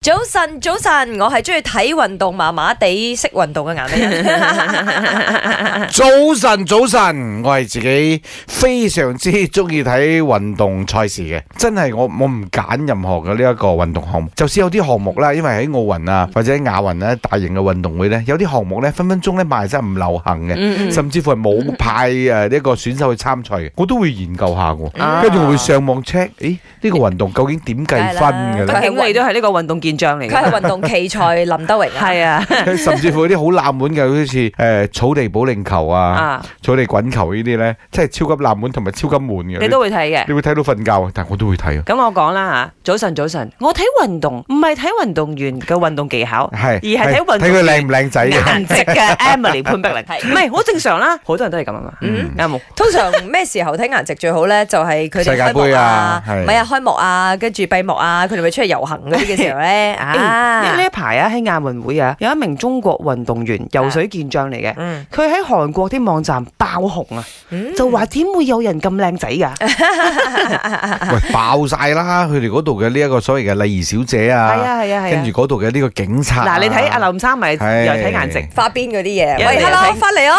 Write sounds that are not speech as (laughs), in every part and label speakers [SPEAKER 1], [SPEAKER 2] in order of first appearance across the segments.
[SPEAKER 1] 早晨，早晨，我係中意睇運動，麻麻地識運動嘅眼尾人。
[SPEAKER 2] 早晨，早晨，我係自己非常之中意睇運動賽事嘅，真係我我唔揀任何嘅呢一個運動項目，就算有啲項目啦，因為喺奧運
[SPEAKER 1] 嗯
[SPEAKER 2] 啊或者亞運咧大型嘅運動會咧，有啲項目咧分分鐘咧賣真係唔流行嘅，
[SPEAKER 1] 嗯
[SPEAKER 2] 甚至乎係冇派呃誒呢一個選手去參賽嘅，我都會研究下
[SPEAKER 1] 啊
[SPEAKER 2] 喎，跟住我會上網 check，誒呢個運動究竟點計分嘅
[SPEAKER 1] 梗係啦
[SPEAKER 2] 咧？
[SPEAKER 3] 畢竟你都係呢個運動健將嚟
[SPEAKER 1] (laughs) 佢係
[SPEAKER 3] 嘅，
[SPEAKER 1] 運動奇才林德榮啊，
[SPEAKER 3] 係啊，
[SPEAKER 2] (laughs) 甚至乎有啲好冷門嘅，好似誒草地保齡球啊。
[SPEAKER 3] 啊，
[SPEAKER 2] 草地滾球呢啲咧，真係超級冷門同埋超級悶嘅。
[SPEAKER 3] 你都會睇嘅
[SPEAKER 2] 你。會睇到瞓覺啊，但係我都會睇啊。
[SPEAKER 3] 咁我講啦嚇，早晨早晨，我睇運動唔係睇運動員嘅運動技
[SPEAKER 2] (laughs)
[SPEAKER 3] 巧，
[SPEAKER 2] 係
[SPEAKER 3] 而係睇運動
[SPEAKER 2] 睇佢靚唔靚仔嘅。
[SPEAKER 3] 顏值
[SPEAKER 2] (laughs)
[SPEAKER 3] 嘅 Emily 潘碧
[SPEAKER 1] 係
[SPEAKER 3] 玲，唔係好正常啦，好多人都係咁啊嘛，
[SPEAKER 2] 嗯
[SPEAKER 3] 啱冇？
[SPEAKER 1] 通常咩時候睇顏值最好咧？就係佢哋
[SPEAKER 2] 世界
[SPEAKER 1] 開幕
[SPEAKER 2] 盃啊係
[SPEAKER 1] 唔係啊開幕啊，跟住閉幕啊，佢哋咪出去遊行嗰啲嘅時候咧
[SPEAKER 3] 呢
[SPEAKER 1] 啊
[SPEAKER 3] 呢，一排啊喺亞運會啊，有一名中國運動員游水健將嚟嘅，
[SPEAKER 1] 嗯
[SPEAKER 3] 佢喺韓國啲網站爆紅啊，
[SPEAKER 1] 嗯
[SPEAKER 3] 就話點會有人咁靚仔㗎？
[SPEAKER 2] 喂，爆晒啦！佢哋嗰度嘅呢一個所謂嘅禮儀小姐
[SPEAKER 3] 係
[SPEAKER 2] 啊，
[SPEAKER 3] 啊係啊
[SPEAKER 2] 跟
[SPEAKER 3] 係
[SPEAKER 2] 住
[SPEAKER 3] 啊！
[SPEAKER 2] 嗰度嘅呢個警察啊。
[SPEAKER 3] 嗱，你睇阿林生咪又
[SPEAKER 2] 係
[SPEAKER 3] 係睇顏值。
[SPEAKER 1] 花邊嗰啲嘢，
[SPEAKER 3] 有
[SPEAKER 1] 喂
[SPEAKER 3] 人
[SPEAKER 1] ，hello，
[SPEAKER 3] 聽
[SPEAKER 1] 翻嚟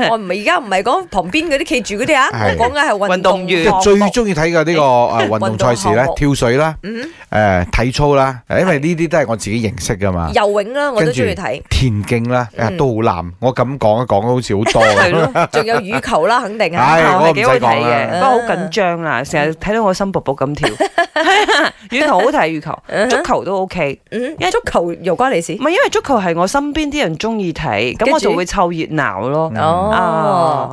[SPEAKER 1] 啊！ (laughs) 我唔係而家唔係講旁邊嗰啲企住嗰啲啊，
[SPEAKER 2] 係
[SPEAKER 1] 我講緊係運
[SPEAKER 3] 運動
[SPEAKER 2] 即
[SPEAKER 3] 員
[SPEAKER 1] 項
[SPEAKER 2] 係
[SPEAKER 1] 目
[SPEAKER 2] 最中意睇嘅呢個誒運動賽事
[SPEAKER 1] 運動項
[SPEAKER 2] 咧
[SPEAKER 1] 目，
[SPEAKER 2] 跳水啦，
[SPEAKER 1] 嗯
[SPEAKER 2] 誒體操啦，因為呢啲都係我自己認識噶嘛。
[SPEAKER 1] 游泳啦，我都
[SPEAKER 2] 跟住
[SPEAKER 1] 中意睇，
[SPEAKER 2] 田徑啦，誒
[SPEAKER 1] 嗯
[SPEAKER 2] 都好難。我咁講一講好似好多咁。
[SPEAKER 3] 係咯
[SPEAKER 1] 仲有羽球啦，肯定啊
[SPEAKER 2] 係。
[SPEAKER 3] 係
[SPEAKER 2] 我唔
[SPEAKER 3] 幾好
[SPEAKER 2] 使
[SPEAKER 3] 睇
[SPEAKER 2] 講
[SPEAKER 3] 嘅，
[SPEAKER 2] 啦
[SPEAKER 3] 不過好緊張啦，成日睇到我心卜卜咁跳。羽球好睇，羽球、
[SPEAKER 1] 嗯
[SPEAKER 3] 足球都 OK。
[SPEAKER 1] 嗯，因為足球又關你事
[SPEAKER 3] 唔。係因為足球係我身邊啲人中意睇，咁我
[SPEAKER 1] 跟住
[SPEAKER 3] 就會湊熱鬧咯。
[SPEAKER 1] 哦，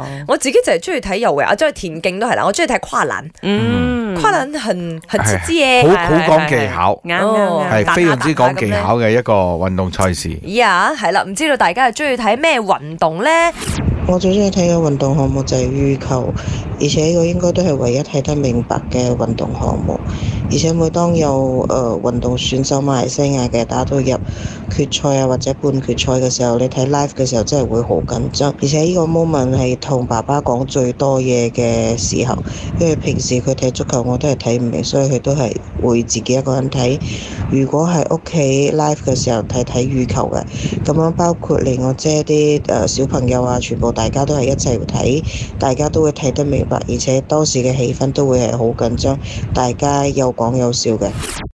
[SPEAKER 3] 嗯啊，
[SPEAKER 1] 我自己就係中意睇游泳，啊，即係田徑都係啦，我中意睇跨欄，
[SPEAKER 3] 嗯，
[SPEAKER 1] 跨欄很很刺激
[SPEAKER 2] 好
[SPEAKER 1] 嘅。
[SPEAKER 2] 好講技巧，
[SPEAKER 3] 啱
[SPEAKER 1] 哦
[SPEAKER 3] 啱啱
[SPEAKER 2] 係非常之講技巧嘅一個運動賽事。
[SPEAKER 1] 呀，係啦，唔知道大家係中意睇咩運動咧？
[SPEAKER 4] 我最中意睇嘅運動項目就係羽球，而且呢個應該都係唯一睇得明白嘅運動項目。而且每當有誒、呃、運動選手馬來西亞嘅打到入決賽啊或者半決賽嘅時候，你睇 live 嘅時候真係會好緊張。而且呢個 moment 係同爸爸講最多嘢嘅時候，因為平時佢睇足球我都係睇唔明，所以佢都係會自己一個人睇。如果係屋企 live 嘅時候睇睇羽球嘅。咁樣包括嚟我姐啲誒小朋友啊，全部大家都係一齊睇，大家都會睇得明白，而且當時嘅氣氛都會係好緊張，大家有講有笑嘅。